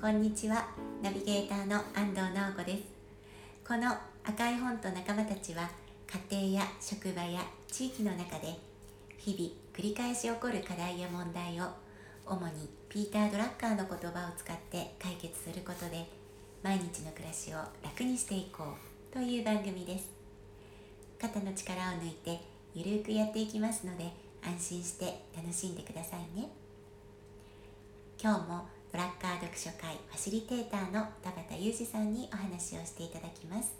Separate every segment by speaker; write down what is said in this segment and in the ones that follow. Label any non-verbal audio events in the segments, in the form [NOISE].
Speaker 1: こんにちはナビゲーターの安藤直子ですこの赤い本と仲間たちは家庭や職場や地域の中で日々繰り返し起こる課題や問題を主にピーター・ドラッカーの言葉を使って解決することで毎日の暮らしを楽にしていこうという番組です肩の力を抜いてゆるーくやっていきますので安心して楽しんでくださいね今日もドラッカー読書会ファシリテーターの田畑裕二さんにお話をしていただきます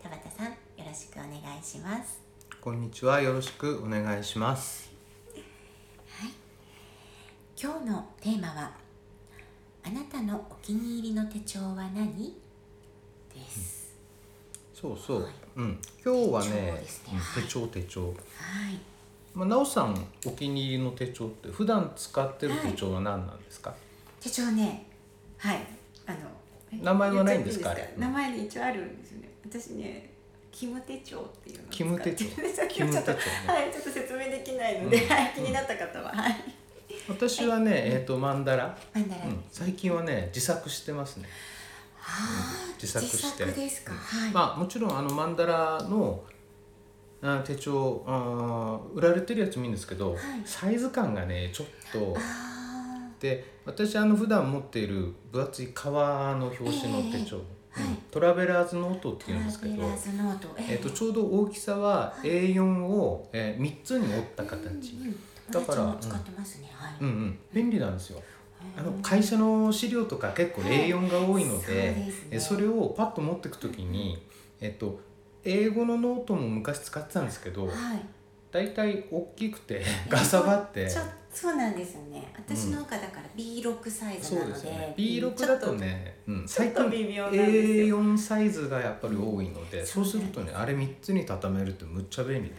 Speaker 1: 田畑さんよろしくお願いします
Speaker 2: こんにちは。よろしくお願いします。
Speaker 1: 今日のテーマはあなたのお気に入りの手帳は何です、
Speaker 2: そうそう。
Speaker 1: はい
Speaker 2: うん。今日は
Speaker 1: 手帳
Speaker 2: ね
Speaker 1: ですね、
Speaker 2: うん手帳手帳。
Speaker 1: はい
Speaker 2: まあ、なおさんお気に入りの手帳って普段使ってる手帳は何なんですか？
Speaker 1: 手帳ねはいあのえ
Speaker 2: 名前はないんです
Speaker 3: 言
Speaker 2: か
Speaker 3: っちゃっていい
Speaker 2: あれ
Speaker 3: 名前に一応あるんですよね私ねキム手帳っていうのを
Speaker 2: キム手
Speaker 3: 使
Speaker 2: 帳
Speaker 3: ってるさっき
Speaker 2: キ
Speaker 3: は
Speaker 2: ム
Speaker 3: ち
Speaker 1: [LAUGHS]
Speaker 2: 手
Speaker 3: ょっと
Speaker 2: 帳ね。
Speaker 3: はいちょっと説明できないので、
Speaker 2: うん
Speaker 3: はい気になった方は、はい
Speaker 2: 私はね、えっ、とマンダラ。
Speaker 1: マンダラ、
Speaker 2: うん。最近はね、自作してますね。
Speaker 1: あー
Speaker 2: 自作して
Speaker 1: 自作ですか、
Speaker 2: うん
Speaker 1: はい、
Speaker 2: まあもちろんあのマンダラのあー手帳あー売られてるやつもいいんですけど、
Speaker 1: はい
Speaker 2: サイズ感がねちょっと
Speaker 1: あ
Speaker 2: で私あの普段持っている分厚い革の表紙の手帳、
Speaker 1: ええは
Speaker 2: うん
Speaker 1: い
Speaker 2: トラベラーズノートって
Speaker 1: ー
Speaker 2: いうんです
Speaker 1: ト
Speaker 2: け
Speaker 1: ラベ
Speaker 2: ど
Speaker 1: ラ、ーズノート
Speaker 2: えっと
Speaker 1: ー
Speaker 2: ちょうど大きさは A4 を、えー、3つに折った形、
Speaker 1: うんうん、
Speaker 2: だ
Speaker 1: だ
Speaker 2: か
Speaker 1: からら使ってますね、はい
Speaker 2: うんうん、便利なんですよあの
Speaker 1: うん
Speaker 2: 会社の資料とか結構
Speaker 1: はい
Speaker 2: A4 が多いの
Speaker 1: そう
Speaker 2: で,、
Speaker 1: ですね
Speaker 2: えそれをパッと持ってく時に、えっと英語のノートも昔使ってたんですけど
Speaker 1: はい
Speaker 2: 大体大きくてガサばって
Speaker 3: ちょ
Speaker 1: そうなんですよね私の方がだから B6 サイズ
Speaker 2: そ
Speaker 1: なの
Speaker 2: う
Speaker 1: で,、
Speaker 2: ですよね
Speaker 3: ちょっ
Speaker 2: B6
Speaker 3: と
Speaker 2: だとね、うん、
Speaker 3: ちょっ
Speaker 2: 最
Speaker 3: と
Speaker 2: 近
Speaker 3: 微妙なんですよ
Speaker 2: A4 サイズがやっぱり多いので、
Speaker 1: うん
Speaker 2: そうするとねあれ3つに畳めるってむっちゃ便利
Speaker 1: へー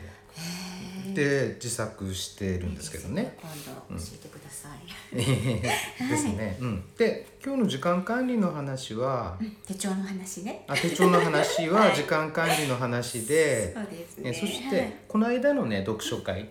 Speaker 2: で、で自作してるんですけどね。
Speaker 1: 今度教えてください、 [LAUGHS]
Speaker 2: ですね。うん、で今日の時間管理の話は、
Speaker 1: 手帳の話ね
Speaker 2: あ手帳の話
Speaker 3: は
Speaker 2: はい時間管理の話で、
Speaker 3: そうですね
Speaker 2: えそし
Speaker 3: はい
Speaker 2: てこの間のね読書会、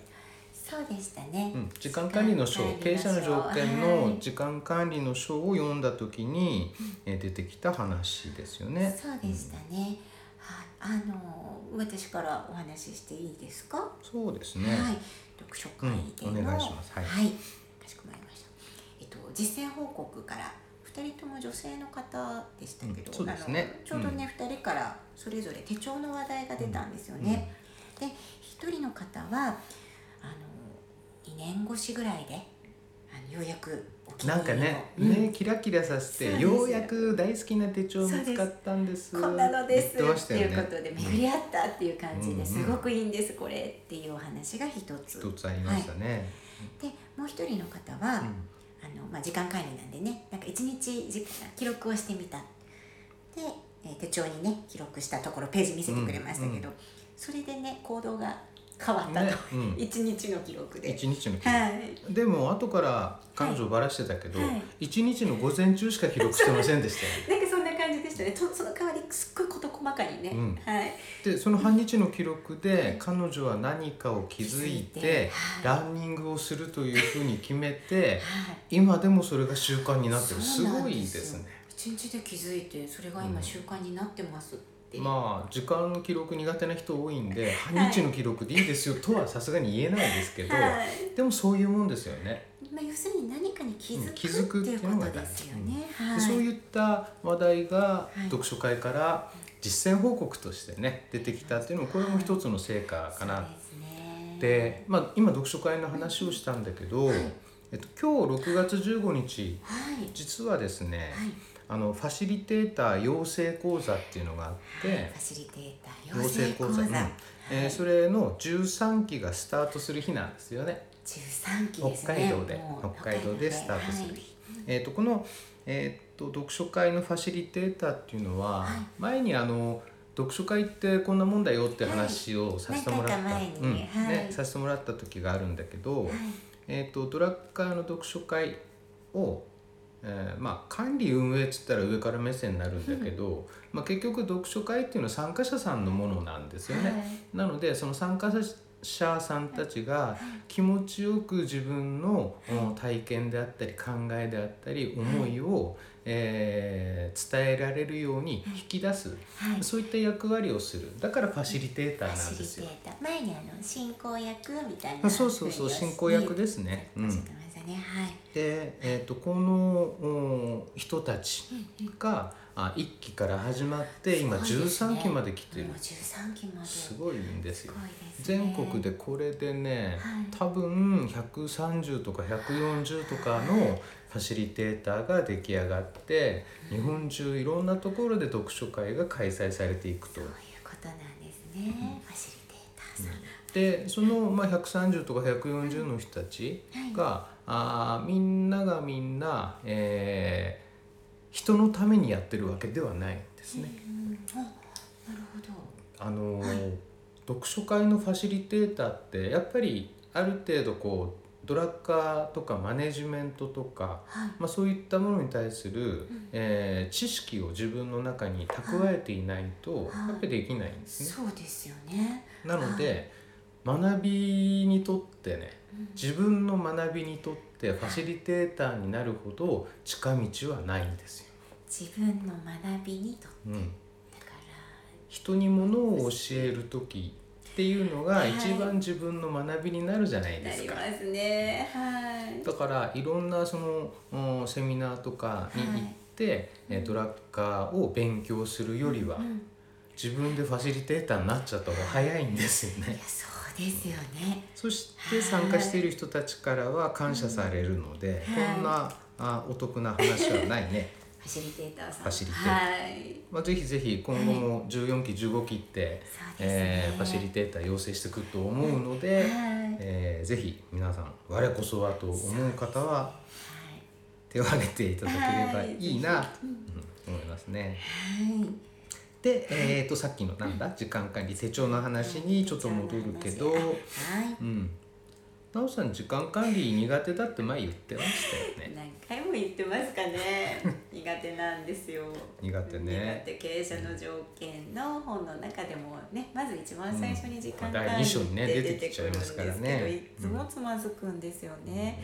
Speaker 1: そうでしたね、
Speaker 2: うん、時間管理の章経営者の条件
Speaker 1: はい
Speaker 2: の時間管理の章を読んだ時に、え出てきた話ですよね。
Speaker 1: そうでしたね、はい、あの私からお話ししていいですか、
Speaker 2: そうですね。
Speaker 1: はい読書会での、
Speaker 2: うんお願いしますはい
Speaker 1: かしこまりましたえっと実践報告から二人とも女性の方でしたけど、
Speaker 2: うんそうですね
Speaker 1: あのちょうどね二、人からそれぞれ手帳の話題が出たんですよね、で一人の方はあの2年越しぐらいであのようやくお気に
Speaker 2: な
Speaker 1: 入
Speaker 2: ん
Speaker 1: りの
Speaker 2: かね、
Speaker 1: うん
Speaker 2: ねキラキラさせ
Speaker 3: そう
Speaker 2: て
Speaker 3: です
Speaker 2: ようやく大好きな手帳を見つかったんです
Speaker 3: こんなのです
Speaker 2: 言ってまし
Speaker 3: ったて
Speaker 2: よ
Speaker 3: い
Speaker 2: ね
Speaker 3: うことで巡り合ったっていう感じ
Speaker 2: うん
Speaker 3: ですごくいいんですこれっていうお話が一つ
Speaker 2: 一つありましたね、
Speaker 1: でもう一人の方は、
Speaker 2: うん
Speaker 1: あのまあ、時間管理なんでねなんか一日じ記録をしてみたで、えー手帳にね記録したところページ見せてくれましたけど、
Speaker 2: うんう
Speaker 1: それでね行動が変わったと、
Speaker 2: ねうん
Speaker 1: [LAUGHS] 一日の記録で。
Speaker 2: 一日の記録、
Speaker 1: はい
Speaker 2: でも後から彼女バラしてたけど、
Speaker 1: はいはい
Speaker 2: 一日の午前中しか記録してませんでしたよ
Speaker 3: なんかそんな感じでしたねとその代わりすっごい事細かにね、
Speaker 2: うん
Speaker 3: はい
Speaker 2: でその半日の記録で彼女は何かを気づ
Speaker 1: 気
Speaker 2: い
Speaker 1: づいて
Speaker 2: てランニングをするというふうに決めて
Speaker 1: はい
Speaker 2: 今でもそれが習慣になってる
Speaker 1: そ
Speaker 2: す
Speaker 1: うな
Speaker 2: ご
Speaker 1: ん
Speaker 2: いで
Speaker 1: ですよ
Speaker 2: すね
Speaker 1: 一日で気づいてそれが今習慣になってますって、
Speaker 2: まあ時間記録苦手な人多いんで半日の記録でいいですよとはさすがに言えないですけど、
Speaker 3: はい
Speaker 2: でもそういうもんですよね、
Speaker 1: まあ、要するに何かに気
Speaker 2: うん気づ
Speaker 1: づくっ
Speaker 2: くってて
Speaker 1: い
Speaker 2: いうう
Speaker 1: こ
Speaker 2: のが
Speaker 1: と
Speaker 2: 大事
Speaker 1: ですよね。
Speaker 2: でそう
Speaker 1: う
Speaker 2: いった話題が
Speaker 1: い
Speaker 2: 読書会から実践報告としてね出てきたっていうのもこれも一つの成果かな
Speaker 1: そうですね
Speaker 2: で、まあ、今読書会の話をしたんだけど、えっと、今日6月15日
Speaker 1: はい
Speaker 2: 実はですね、
Speaker 1: はい
Speaker 2: あのファシリテーター養成講座っていうのがあって
Speaker 1: ファシリテーター養成講座
Speaker 2: うんえーそれの13期がスタートする日なんですよね。
Speaker 1: 十三期です
Speaker 2: 北
Speaker 1: ね
Speaker 2: 海道で
Speaker 1: もう
Speaker 2: 北海道でスタートする
Speaker 1: はい
Speaker 2: 日、えー、とこの、えー、と読書会のファシリテーターっていうのは、前にあの読書会ってこんなもんだよって話をさせてもらった、
Speaker 1: 何回か
Speaker 2: う
Speaker 1: 前
Speaker 2: ん
Speaker 1: にはい
Speaker 2: ね、させてもらった時があるんだけど、えー、とドラッカーの読書会を、えーまあ、管理運営っつったら上から目線になるんだけど、まあ、結局読書会っていうのは参加者さんのものなんですよね。
Speaker 1: はい
Speaker 2: なのでその参加者者さんたちが気持ちよく自分のうん体験であったり考えであったり思いを、えー伝えられるように引き出す、
Speaker 1: はい
Speaker 2: そういった役割をするだからファシリテーター
Speaker 1: ファ
Speaker 2: なん
Speaker 1: シ
Speaker 2: で
Speaker 1: リ
Speaker 2: すよ
Speaker 1: テーター前にあの進行役みたい
Speaker 2: あ
Speaker 1: な
Speaker 2: そうそうそう進行役ですすね、う
Speaker 1: おっしゃっ
Speaker 2: ん
Speaker 1: て、ましたねはい
Speaker 2: で、えー、とこの、うん人たちが、あ1期から始まって今
Speaker 1: すごいですね
Speaker 2: 13期まで来てる
Speaker 1: もう13期まですす
Speaker 2: ごいんですよ
Speaker 1: ごいですね
Speaker 2: 全国でこれでね、
Speaker 1: はい
Speaker 2: 多分130とか140とかのファシリテーターが出来上がって日本中いろんなところで読書会が開催されていくと
Speaker 1: そういうことなんですね、ファシリテーターさん、
Speaker 2: でその、まあ、130とか140の人たちが、あーみんながみんな、えー人のためにやってるわけではないんですね。
Speaker 1: うんおなるほど
Speaker 2: あのー読書会のファシリテーターってやっぱりある程度こうドラッカーとかマネジメントとか、
Speaker 1: はい
Speaker 2: まあ、そういったものに対する、えー知識を自分の中に蓄えていないと、
Speaker 1: はい
Speaker 2: やっぱりできないんですね。
Speaker 1: そうですよね
Speaker 2: なので、学びにとってね自分の学びにとってファシリテーターになるほど近道はないんですよ。
Speaker 1: 自分の学びにとって
Speaker 2: うん、
Speaker 1: だから
Speaker 2: 人にものを教える時っていうのが
Speaker 1: はい
Speaker 2: 一番自分の学びになるじゃないで
Speaker 3: な
Speaker 2: す
Speaker 3: り
Speaker 2: か。
Speaker 3: ますねはい
Speaker 2: だからいろんなその、うんセミナーとかに行って、えードラッカーを勉強するよりは、
Speaker 1: ん
Speaker 2: 自分でファシリテーターになっちゃった方が早いんですよね
Speaker 1: いや。そうですよね
Speaker 2: そして参加している人たちからは感謝されるので、
Speaker 3: はい
Speaker 2: こんなあお得な話はないね。
Speaker 3: ファシリテーターさん
Speaker 2: ファシリテータ
Speaker 3: はい
Speaker 2: まあ、ぜひぜひ今後も14期15期って、
Speaker 1: そうですね
Speaker 2: えーファシリテーター養成してくると思うので、
Speaker 1: はい
Speaker 2: えーぜひ皆さん我こそはと思う方は手を挙げていただければいいな、うん思いますね。
Speaker 1: はい
Speaker 2: で、えー、とさっきのなんだ時間管理手帳の話にちょっと戻るけど、
Speaker 1: はい
Speaker 2: うん、なおさん時間管理苦手だって前言ってましたよね。
Speaker 3: 何回も言ってますかね苦手なんですよ
Speaker 2: 苦手ね
Speaker 3: 苦手経営者の条件の本の中でもねまず一番最初に時間
Speaker 2: うんまあ
Speaker 3: 管
Speaker 2: 第
Speaker 3: 理
Speaker 2: 二章にね
Speaker 3: って
Speaker 2: 出てきちゃいますからね
Speaker 3: 出てくるんですけどいつもつまずくんですよね、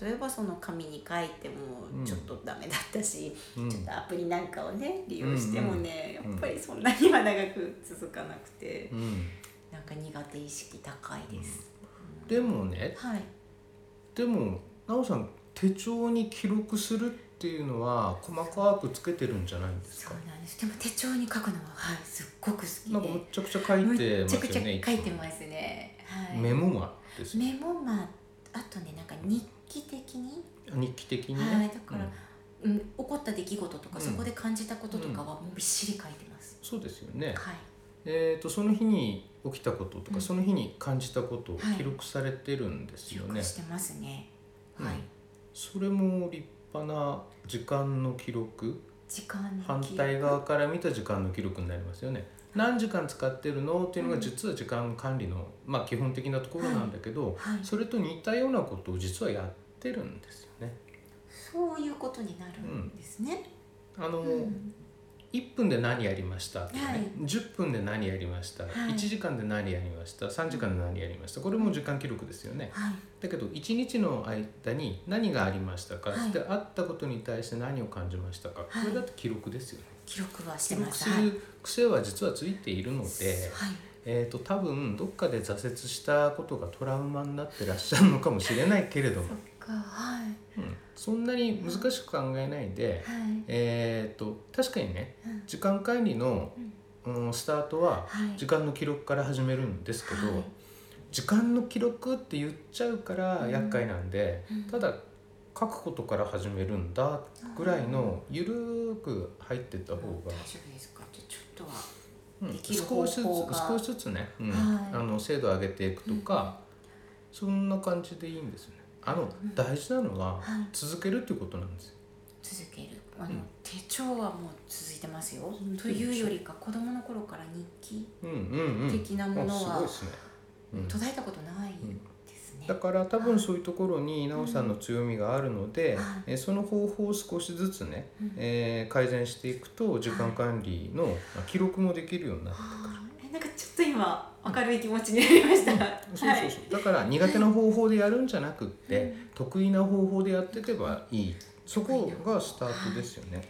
Speaker 3: 例えばその紙に書いて
Speaker 2: うん
Speaker 3: もちょっとダメだったし、
Speaker 2: うん
Speaker 3: ちょっとアプリなんかをね利用してもね、
Speaker 2: うんうん
Speaker 3: やっぱりそんなには長く続かなくて、
Speaker 2: うん、
Speaker 3: なんか苦手意識高いです、
Speaker 2: でもね
Speaker 3: はい
Speaker 2: でもなおさん手帳に記録するっていうのは細かくつけてるんじゃないんです
Speaker 1: そ
Speaker 2: か
Speaker 1: うなんですでも手帳に書くのは、はい、すっごく好きで
Speaker 2: なんかむっちゃくちゃ書いて
Speaker 1: むっ
Speaker 2: ま
Speaker 1: ち
Speaker 2: す
Speaker 1: ゃくちゃ
Speaker 2: よ
Speaker 1: 書
Speaker 2: ね
Speaker 1: いて
Speaker 2: す
Speaker 1: ますねはい
Speaker 2: メモはですよ
Speaker 1: メモまああとねなんか日記的に、
Speaker 2: 日記的にね、
Speaker 1: はいだから、う
Speaker 2: う
Speaker 1: んん起こった出来事とか、
Speaker 2: うん
Speaker 1: そこで感じたこととかはもうびっしり書いてます、
Speaker 2: そうですよね、
Speaker 1: はい
Speaker 2: えー、とその日に起きたこととか、
Speaker 1: うん
Speaker 2: その日に感じたことを
Speaker 1: はい
Speaker 2: 記録されてるんです
Speaker 1: 記
Speaker 2: よね、
Speaker 1: 録してますね、
Speaker 2: うん
Speaker 1: はい
Speaker 2: それも立派な時間の記録
Speaker 1: 時間の
Speaker 2: 反
Speaker 1: 記録
Speaker 2: 対側から見た時間の記録になりますよね何時間使ってるのっていうのが実は時間管理の、まあ基本的なところなんだけど、
Speaker 1: はい
Speaker 2: それと似たようなことを実はやってるんですよね
Speaker 1: そういうことになるんですね、
Speaker 2: あの、
Speaker 1: うん
Speaker 2: 1分で何やりましたとかね、
Speaker 1: はい
Speaker 2: 10分で何やりました、
Speaker 1: はい
Speaker 2: 1時間で何やりました3時間で何やりましたこれも時間記録ですよね
Speaker 1: はい
Speaker 2: だけど1日の間に何がありましたか、
Speaker 1: はい
Speaker 2: であったことに対して何を感じましたかこ
Speaker 1: はい
Speaker 2: れだって記録ですよね、
Speaker 1: 記録はし
Speaker 2: 記
Speaker 1: て
Speaker 2: 録
Speaker 1: ます
Speaker 2: する癖は実はついているの
Speaker 1: はい
Speaker 2: で、
Speaker 1: はい
Speaker 2: えー、と多分どっかで挫折したことがトラウマになってらっしゃるのかもしれないけれども
Speaker 1: そっかはい
Speaker 2: うん、そんなに難しく考えないで、
Speaker 1: はい
Speaker 2: えー、と確かにね
Speaker 1: うん
Speaker 2: 時間管理の、うん、スタートは
Speaker 1: はい
Speaker 2: 時間の記録から始めるんですけど、
Speaker 1: はい
Speaker 2: 時間の記録って言っちゃうから厄介なんで、ただ書くことから始めるんだぐらいのゆるーく入ってった方が、
Speaker 1: 大丈夫ですかじゃあちょっとは
Speaker 2: うん
Speaker 1: できる
Speaker 2: 少
Speaker 1: 方
Speaker 2: しずつ
Speaker 1: 法が
Speaker 2: 少しずつね、うん
Speaker 1: はい
Speaker 2: あの精度上げていくとか、そんな感じでいいんですよね。あの大事なのは
Speaker 1: はい
Speaker 2: 続けるっていうことなんですよ。
Speaker 1: 続けるあの、手帳はもう続いてますよというよりか子供の頃から日記
Speaker 2: うんうんうん。
Speaker 1: 的なものは
Speaker 2: あすごいですね。うん
Speaker 1: 途絶えたことないですね、
Speaker 2: だから多分そういうところに奈緒さんの強みがあるので、
Speaker 1: はい
Speaker 2: えその方法を少しずつね、えー改善していくと時間管理のまあ記録もできるようになる
Speaker 1: あー
Speaker 3: えなんかちょっと今明るい気持ちになりました。
Speaker 2: そうそうそうだから苦手な方法でやるんじゃなくって、得意な方法でやっていけばいいそこがスタートですよね。
Speaker 3: はい。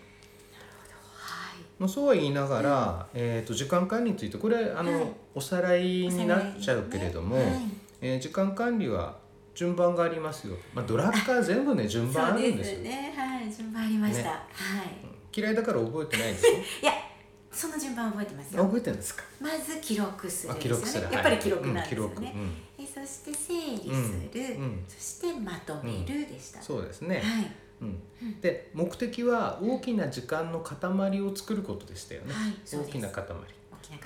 Speaker 2: まあ、そうは言いながら、えー、と時間管理についてこれあの、
Speaker 1: はい
Speaker 2: おさらいになっちゃうけれども、
Speaker 1: おさらいですね
Speaker 2: えー時間管理は順番がありますよ、まあ、ドラッカー全部ね順番あ
Speaker 3: そう
Speaker 2: るん
Speaker 3: で
Speaker 2: ですよ
Speaker 3: すね。はい、順番ありました。
Speaker 2: ね
Speaker 3: はい。
Speaker 2: 嫌いだから覚えてないですよ
Speaker 3: いや、その順番 [LAUGHS] 覚えてます
Speaker 2: あ
Speaker 3: よ。
Speaker 2: 覚えてるんですか
Speaker 3: まず記録する
Speaker 2: あ
Speaker 3: ん
Speaker 2: 記
Speaker 3: で
Speaker 2: 録
Speaker 3: す
Speaker 2: す
Speaker 3: よね。
Speaker 2: る、はい
Speaker 3: やっぱり記録なんです
Speaker 2: 記
Speaker 3: よ
Speaker 2: 録、う
Speaker 3: ね。
Speaker 2: ん、
Speaker 1: えそして整理する、
Speaker 2: うんうん
Speaker 1: そしてまとめるでした、
Speaker 2: そうですね、
Speaker 3: はい。
Speaker 2: うん、で目的は大きな時間の塊を作ることでしたよね、
Speaker 3: はいそう
Speaker 2: 大
Speaker 3: です
Speaker 2: きな塊
Speaker 3: 大きな塊。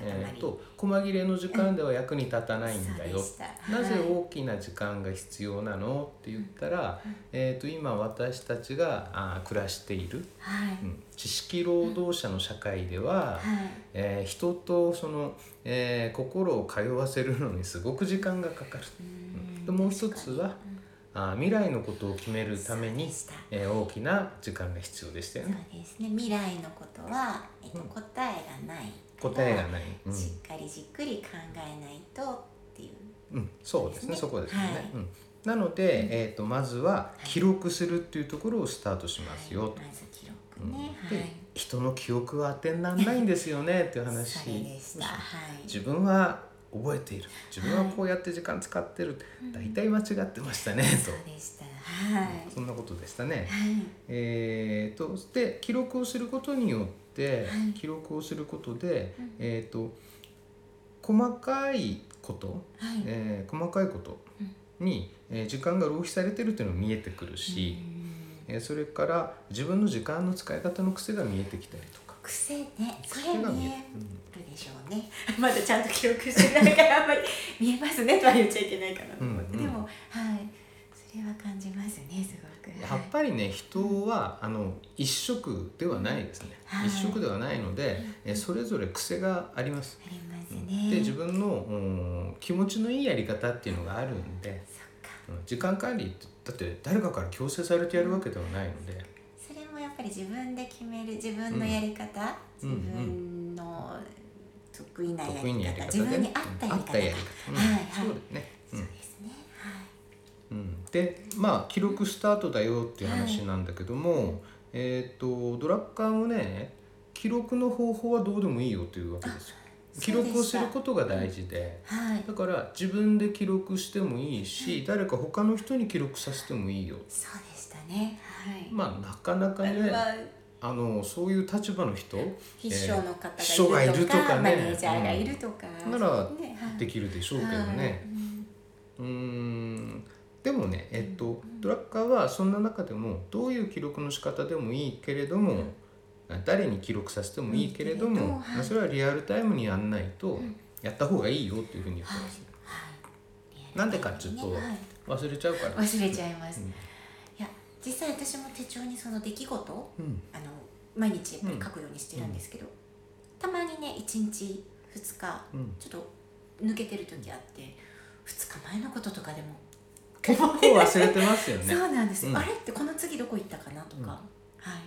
Speaker 2: えー、と細切れの時間では役に立たないんだ
Speaker 3: そうで
Speaker 2: よ、
Speaker 3: した
Speaker 2: なぜ
Speaker 3: はい
Speaker 2: 大きな時間が必要なのって言ったら、えー、と今私たちがあー暮らしている、
Speaker 3: はい。
Speaker 2: うん知識労働者の社会で
Speaker 3: は
Speaker 2: は、
Speaker 3: い。
Speaker 2: えー人とその、えー心を通わせるのにすごく時間がかかる。でもう一つは、あー未来のことを決めるため
Speaker 1: そう
Speaker 2: に
Speaker 1: でした、
Speaker 2: えー大きな時間が必要でしたよ
Speaker 1: そう
Speaker 2: ね。
Speaker 1: ですね未来のことは、えっと
Speaker 2: うん
Speaker 1: 答えがない
Speaker 2: 答えがない、うん
Speaker 1: しっかりじっくり考えないとっていう
Speaker 2: うん、そうですねそこですよね、
Speaker 1: はい
Speaker 2: うん、なので、えー、とまずは記録するっていうところをスタートしますよ、
Speaker 1: はいまず記録ね、
Speaker 2: うん
Speaker 1: はい
Speaker 2: で人の記憶は当てにならないんですよねっていう話
Speaker 1: それでしたはい
Speaker 2: 自分は覚えている自分はこうやって時間使ってる、大体間違って
Speaker 1: [LAUGHS]
Speaker 2: ましたね、
Speaker 1: そうでしたはい、
Speaker 2: とそんなことでしたね。
Speaker 1: はい
Speaker 2: えー、とで記録をすることによって、
Speaker 1: はい
Speaker 2: 記録をすることで、えー、と細かいこと、
Speaker 1: はい
Speaker 2: えー細かいことに、えー時間が浪費されてるっていうのも見えてくるし、えーそれから自分の時間の使い方の癖が見えてきたりとか。
Speaker 1: 癖ねそれ
Speaker 2: 癖が見
Speaker 1: 見
Speaker 2: え
Speaker 1: えるでしょうね、 [LAUGHS]
Speaker 3: まだちゃんと記録してないからあんまり見えますねとは言っちゃいけないかなと思って、
Speaker 2: うんうん
Speaker 3: で
Speaker 1: で
Speaker 3: も
Speaker 1: もはいそれは感じますねすごく
Speaker 2: やっぱりね人はあの一色ではないですね、
Speaker 1: はい
Speaker 2: 一色ではないので、えそれぞれ癖があります。
Speaker 1: あります
Speaker 2: うん
Speaker 1: ね
Speaker 2: で自分の、うん気持ちのいいやり方っていうのがあるんで、
Speaker 1: そっか
Speaker 2: うん時間管理ってだって誰かから強制されてやるわけではないので、
Speaker 1: それもやっぱり自分で決める自分のやり方、
Speaker 2: うん
Speaker 1: 自分の得意なやり
Speaker 2: 得意
Speaker 1: 方
Speaker 2: なやり方で
Speaker 1: 自分に合ったやり
Speaker 2: うん合った
Speaker 1: 方
Speaker 2: やり方、うん
Speaker 1: はいはい
Speaker 2: そうですね。うん
Speaker 1: そうですね
Speaker 2: うん、でまあ記録スタートだよっていう話なんだけども、えっ、とドラッカーもね記録の方法はどうでもいいよというわけですよ。記
Speaker 1: そうでした
Speaker 2: 録をすることが大事で
Speaker 1: はい、はい、
Speaker 2: だから自分で記録してもいいし、誰か他の人に記録させてもいいよ
Speaker 1: そうでしたねはい
Speaker 2: まあなかなかね
Speaker 3: まあ
Speaker 2: あのそういう立場の人
Speaker 3: 秘書の方
Speaker 2: 秘書が
Speaker 3: が
Speaker 2: い
Speaker 3: いる
Speaker 2: る
Speaker 3: と
Speaker 2: と
Speaker 3: か,、
Speaker 2: かね
Speaker 3: マネージャーがいるとか、
Speaker 2: なら
Speaker 3: ねはい
Speaker 2: できるでしょうけどね。うーんでもね、えっと、ドラッカーはそんな中でもどういう記録の仕方でもいいけれども、誰に記録させてもいいけれども
Speaker 1: いいけれどもはい
Speaker 2: まあそれはリアルタイムにやんないとやった方がいいよっていうふうに言ってます、なんでかっていうと
Speaker 1: はい
Speaker 2: 忘れちゃうから。
Speaker 1: 忘れちゃいます、
Speaker 2: うん
Speaker 1: いや実際私も手帳にその出来事を
Speaker 2: うん
Speaker 1: あの毎日やっぱり書くようにしてるんですけど、たまにね1日2日
Speaker 2: うん
Speaker 1: ちょっと抜けてる時あって2日前のこととかでも
Speaker 2: 結構忘れてますよね
Speaker 1: そうなんです、
Speaker 2: うん
Speaker 1: あれってこの次どこ行ったかなとか、
Speaker 2: うん
Speaker 1: はい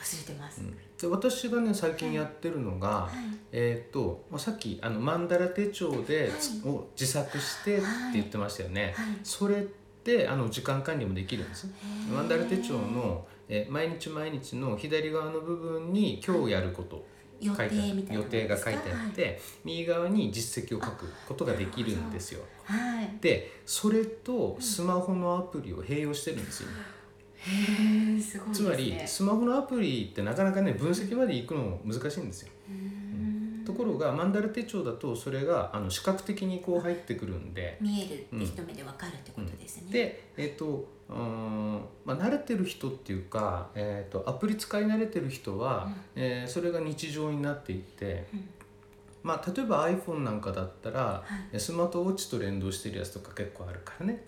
Speaker 1: 忘れてます、
Speaker 2: うんで私がね最近やってるのが、
Speaker 1: はい
Speaker 2: えー、とまあさっきあのマンダラ手帳
Speaker 1: は
Speaker 2: で、
Speaker 1: い
Speaker 2: つを自作してって言ってましたよね、
Speaker 1: はい
Speaker 2: それってあの時間管理もできるんです
Speaker 1: ー
Speaker 2: マンダラ手帳の、えー毎日毎日の左側の部分に今日やること
Speaker 1: 予
Speaker 2: 書いて
Speaker 1: 定みたいな
Speaker 2: 予定が書いてあって、右側に実績を書くことができるんですよ
Speaker 1: はい、はい
Speaker 2: でそれとスマホのアプリを併用してるんですよ、
Speaker 1: へえすごいです
Speaker 2: つ
Speaker 1: ね
Speaker 2: まりスマホのアプリってなかなかね分析まで行くの難しいんですよところがマンダラ手帳だとそれがあの視覚的にこう入ってくるんで、
Speaker 1: 見えるって一目でわかるってことですね、
Speaker 2: でえっ、とうーん、まあ、慣れてる人っていうか、えー、とアプリ使い慣れてる人は、えーそれが日常になっていって、まあ、例えば iPhone なんかだったら、スマートウォッチと連動してるやつとか結構あるからね、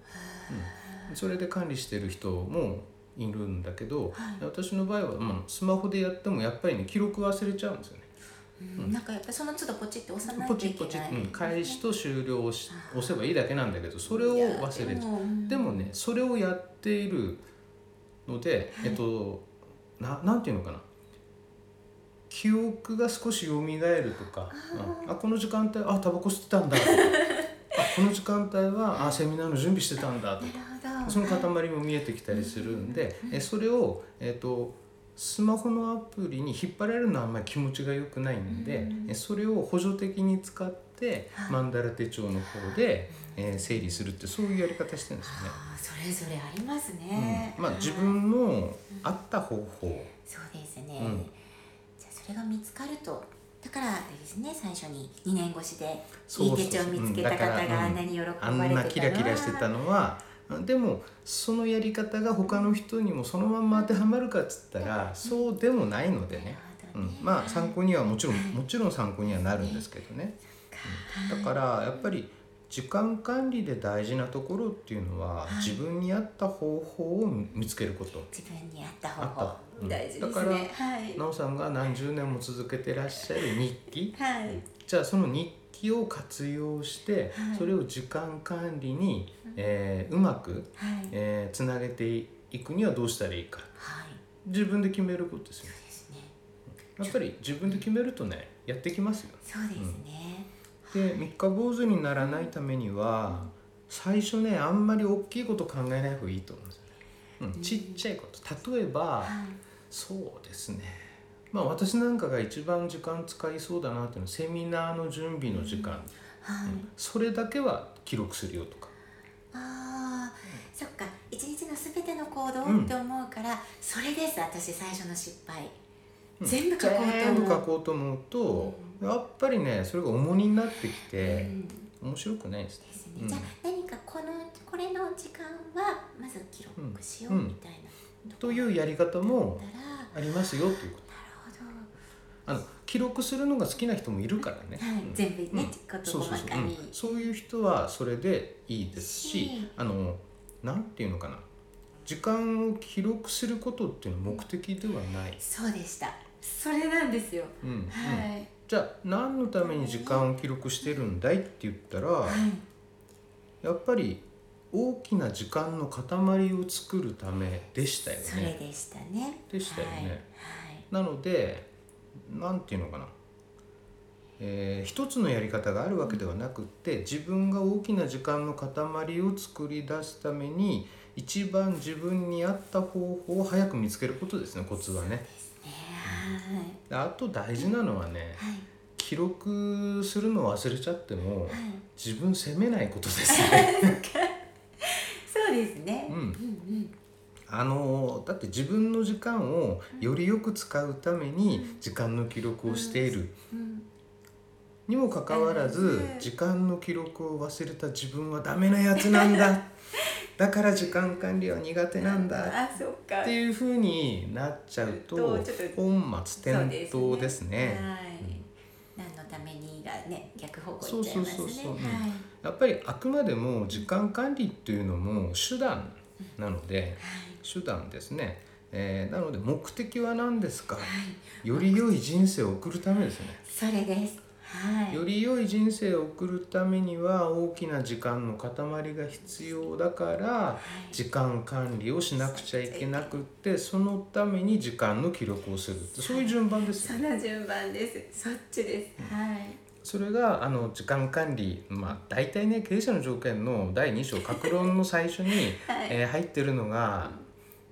Speaker 2: うん、それで管理してる人もいるんだけど、私の場合は、うん、スマホでやってもやっぱりね記録忘れちゃうんですよね。
Speaker 1: うんなんかやっぱりその都度ポチって押さない
Speaker 2: ポ
Speaker 1: とい
Speaker 2: チ
Speaker 1: けない
Speaker 2: ポチ、うん、開始と終了をし押せばいいだけなんだけどそれを
Speaker 1: いや
Speaker 2: 忘れち
Speaker 1: で
Speaker 2: ゃう
Speaker 1: もうん
Speaker 2: でもねそれをやっているので、えっとななんていうのかな記憶が少しよみがえるとか「うんあこの時間帯あタバコ吸ってたんだ」とかあ「この時間帯はあセミナーの準備してたんだ」とか
Speaker 1: なるほ
Speaker 2: そ
Speaker 1: ど
Speaker 2: の塊も見えてきたりするんで、えそれを、えー、とスマホのアプリに引っ張られるのはあんまり気持ちが良くないんで、
Speaker 1: うん
Speaker 2: えそれを補助的に使って、
Speaker 1: はい
Speaker 2: マンダラ手帳の方で、えー整理するってそういうやり方してるんですよね。
Speaker 3: あーそれぞれありますね、
Speaker 2: うんまあ、
Speaker 3: はい
Speaker 2: 自分のあった方法、
Speaker 1: そうですね、
Speaker 2: うん
Speaker 1: じゃあそれが見つかるとだからあれですね最初に2年越しで
Speaker 2: そう
Speaker 1: いい
Speaker 2: そう
Speaker 1: 手帳を見つけた
Speaker 2: うんだから
Speaker 1: 方があんなに喜ばれてた
Speaker 2: あんなキラキラしてたのはでもそのやり方が他の人にもそのまんま当てはまるかっつったらそうでもないのでね、う
Speaker 1: なるほどね
Speaker 2: ん、まあ参考にはもちろんもちろん参考にはなるんですけどね、うん、だからやっぱり時間管理で大事なところっていうのは自分に合った方法を見つけること。
Speaker 1: 自分に合った
Speaker 2: あ
Speaker 1: 方
Speaker 2: った
Speaker 1: 法
Speaker 2: うん
Speaker 3: 大事ですね
Speaker 2: だから
Speaker 3: はい
Speaker 2: なおさんが何十年も続けてらっしゃる日記
Speaker 3: はい
Speaker 2: じゃあその日記を活用して、
Speaker 1: はい
Speaker 2: それを時間管理に、えーうまく、
Speaker 1: はい、はい
Speaker 2: えーつなげていくにはどうしたらいいか自分で決めることですよ
Speaker 1: ですね
Speaker 2: やっぱり自分で決めるとねやってきますよ
Speaker 1: そうですね、
Speaker 2: で三日坊主にならないためには最初ねあんまり大きいこと考えない方がいいと思うんですよ、うん、ちっちゃいこと例えば
Speaker 1: はい
Speaker 2: そうですねまあ私なんかが一番時間使いそうだなっていうのはセミナーの準備の時間、
Speaker 1: はい、
Speaker 2: それだけは記録するよとか
Speaker 1: ああそっか一日のすべての行動
Speaker 2: うん
Speaker 1: って思うから、それです私最初の失敗、
Speaker 2: うん
Speaker 1: 全部書こ
Speaker 2: 全
Speaker 1: う
Speaker 2: 部
Speaker 1: と
Speaker 2: 書
Speaker 1: 思う
Speaker 2: こうと思うと、やっぱりねそれが重荷になってきて
Speaker 1: う、ん
Speaker 2: 面白くないですね
Speaker 1: ですね、
Speaker 2: うん
Speaker 1: じゃあ何かこのこれの時間はまず記録しようみたいな
Speaker 2: というやり方
Speaker 1: だ
Speaker 2: も
Speaker 1: ったら、なる
Speaker 2: ありますよということ
Speaker 1: ほど、
Speaker 2: あの記録するのが好きな人もいるからね、
Speaker 1: はい
Speaker 2: うん
Speaker 1: 全部ね、
Speaker 2: うん
Speaker 1: こと
Speaker 2: そう
Speaker 1: 細
Speaker 2: そうそう
Speaker 1: か
Speaker 2: う
Speaker 1: に
Speaker 2: んそういう人はそれでいいですし
Speaker 1: し
Speaker 2: あのなんていうのかな時間を記録することっていうのは目的ではない、
Speaker 1: そうでした
Speaker 3: それなんですよ
Speaker 2: うんうん
Speaker 3: はい、
Speaker 2: じゃあ何のために時間を記録してるんだいって言ったら、
Speaker 1: はい
Speaker 2: やっぱり大きな時間の塊を作るためでしたよ
Speaker 1: それ
Speaker 2: ね。
Speaker 1: でしたね
Speaker 2: でしたよね
Speaker 1: はい、はい
Speaker 2: なのでなんていうのかな、えー一つのやり方があるわけではなくって自分が大きな時間の塊を作り出すために一番自分に合った方法を早く見つけることですねコツはね。
Speaker 1: ねはい
Speaker 2: であと大事なのはね
Speaker 1: はい
Speaker 2: 記録するのを忘れちゃっても
Speaker 1: はい
Speaker 2: 自分責めないことですね。
Speaker 3: そうですね
Speaker 2: うん
Speaker 1: うんうん
Speaker 2: あのだって自分の時間をよりよく使うために時間の記録をしている
Speaker 1: うん
Speaker 2: にもかかわら
Speaker 3: う
Speaker 2: ず
Speaker 3: ん
Speaker 2: 時間の記録を忘れた自分はダメなやつなんだだから時間管理は苦手なんだ
Speaker 3: あそうか
Speaker 2: っていうふうになっちゃうと
Speaker 3: とちょっと
Speaker 2: 本末転倒ですね。
Speaker 3: はい
Speaker 1: 何のためにがね逆方
Speaker 2: そ
Speaker 1: 向
Speaker 2: う
Speaker 1: いっちゃい
Speaker 2: そう
Speaker 1: ますね
Speaker 2: そうそううん
Speaker 1: はい
Speaker 2: やっぱりあくまでも時間管理っていうのも手段なので手段ですね。えーなので目的は何ですか、より良い人生を送るためですね。
Speaker 1: それですはい
Speaker 2: より良い人生を送るためには大きな時間の塊が必要だから時間管理をしなくちゃいけなくってそのために時間の記録をするってそういう順番です
Speaker 3: そ
Speaker 2: よね。
Speaker 3: の順番ですそっちです、はい
Speaker 2: それがあの時間管理まあ大体ね経営者の条件の第2章格論の最初に、
Speaker 3: はい
Speaker 2: えー入ってるのが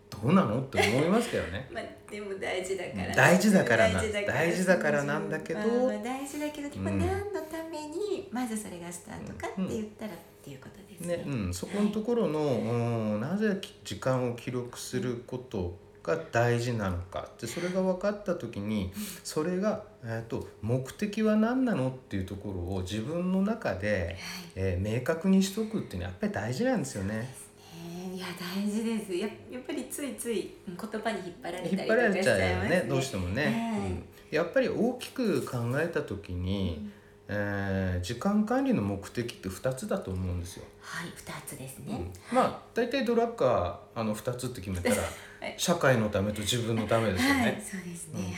Speaker 2: どうなのって思いますけどね。
Speaker 3: まあでも大事だから
Speaker 2: 大事だからな
Speaker 3: 大事だから
Speaker 2: 大事だからなんだけど
Speaker 3: まあまあ大事だけど、
Speaker 2: うん
Speaker 3: まあ何のためにまずそれがスタートかって言ったらっていうことですね,、
Speaker 2: ねうん、そこのところの、うんなぜ時間を記録することが大事なのかってそれが分かった時にそれが、えー、と目的は何なのっていうところを自分の中で、えー明確にしとくっていうのはやっぱり大事なんですよね。
Speaker 3: えーいや大事ですややっぱりついつい言葉に引っ張られたり
Speaker 2: 引っ
Speaker 3: と
Speaker 2: 張
Speaker 3: か
Speaker 2: られ
Speaker 3: し
Speaker 2: ち
Speaker 3: ち
Speaker 2: ゃ
Speaker 3: ゃ
Speaker 2: う
Speaker 3: い
Speaker 2: よ
Speaker 3: ます
Speaker 2: ね
Speaker 3: ね
Speaker 2: どうしてもね、
Speaker 3: はい
Speaker 2: うんやっぱり大きく考えた時に、えー時間管理の目的って2つだと思うんですよ。
Speaker 1: はい二つです
Speaker 2: う
Speaker 1: ね
Speaker 2: んまあ大体ドラッカーあの2つって決め
Speaker 1: [LAUGHS]
Speaker 2: たら、
Speaker 3: はい
Speaker 2: 社会のためと自分のためですよね、
Speaker 1: はいそうですねはい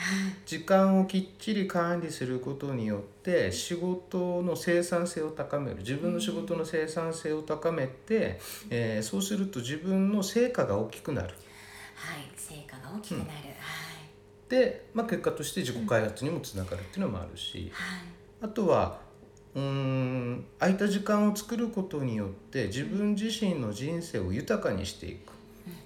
Speaker 2: 時間をきっちり管理することによって仕事の生産性を高める自分の仕事の生産性を高めて、えーそうすると自分の成果が大きくなる
Speaker 1: はい成果が大きくなるはい
Speaker 2: って、まあ、結果として自己開発にもつながるっていうのもあるし、あとはうーん空いた時間を作ることによって自分自身の人生を豊かにしていく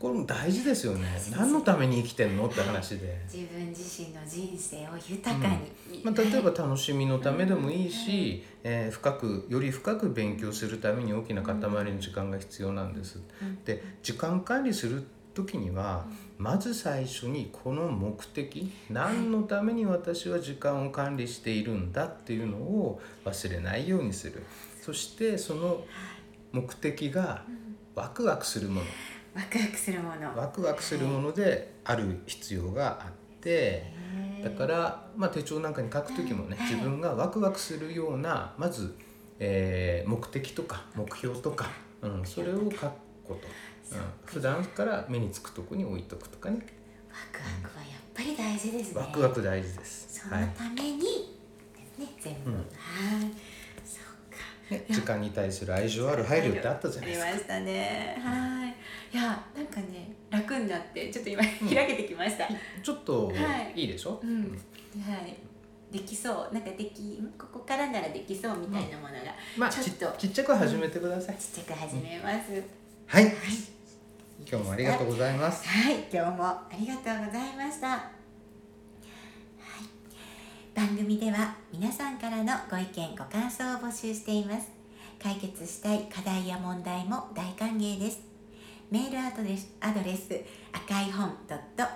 Speaker 2: これも大事ですよね
Speaker 1: 事
Speaker 2: 何のために生きてんのって話で、
Speaker 1: 自分自身の人生を豊かに、
Speaker 2: まあ、例えば楽しみのためでもいいし、えー深くより深く勉強するために大きな塊の時間が必要なんです
Speaker 1: うん。
Speaker 2: で時間管理する時にはまず最初にこの目的何のために私は時間を管理しているんだっていうのを忘れないようにするそしてその目的がワクワクするもの
Speaker 1: ワクワクするもの
Speaker 2: ワクワクするものである必要があってだから、まあ、手帳なんかに書く時もね自分がワクワクするようなまず、えー目的とか目標とか、うん、それを書くこと、うん、普段から目につくとこに置いとくとかね
Speaker 1: ワクワクはやっぱり大事ですね
Speaker 2: ワクワク大事です
Speaker 1: そ。の
Speaker 2: はい
Speaker 1: ためにですね、全部、
Speaker 2: うん
Speaker 1: はいそうか
Speaker 2: ね、時間に対する愛情ある配慮ってあったじゃ
Speaker 3: あ
Speaker 2: ない
Speaker 3: り
Speaker 2: です
Speaker 3: ま
Speaker 2: か。
Speaker 3: したねはいいやなんかね楽になってちょっと今開けてきました、
Speaker 2: ちょっと
Speaker 3: はい
Speaker 2: いいでしょ、
Speaker 3: うんはいできそうなんかできんここからならできそうみたいなものが、
Speaker 2: まあ
Speaker 3: ちょ
Speaker 2: ち
Speaker 3: っと
Speaker 2: ちっちゃく始めてください。
Speaker 3: ちっちゃく始めます、
Speaker 2: はい、今日もありがとうございます。
Speaker 3: はい今日もありがとうございました
Speaker 1: 番組では皆さんからのご意見ご感想を募集しています解決したい課題や問題も大歓迎ですメールアドレスアドレス赤い本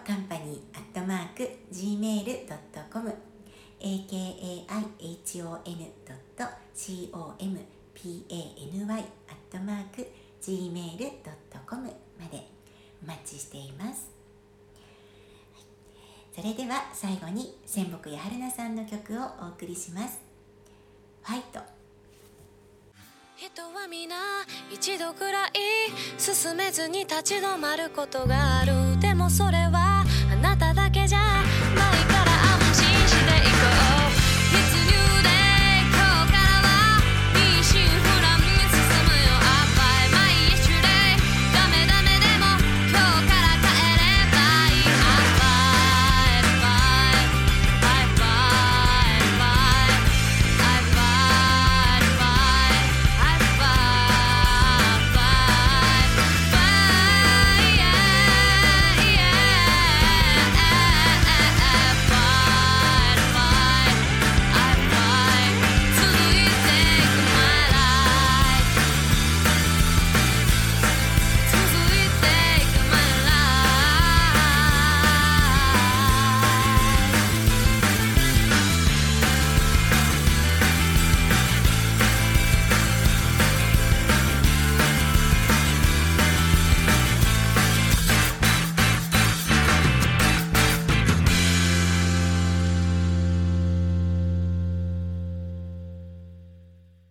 Speaker 1: .company.gmail.com akaihon.company.gmail.com までお待ちしていますそれでは最後に仙北や春菜さんの曲をお送りします。ファイト
Speaker 4: 人は皆一度くらい進めずに立ち止まることがあるでもそれは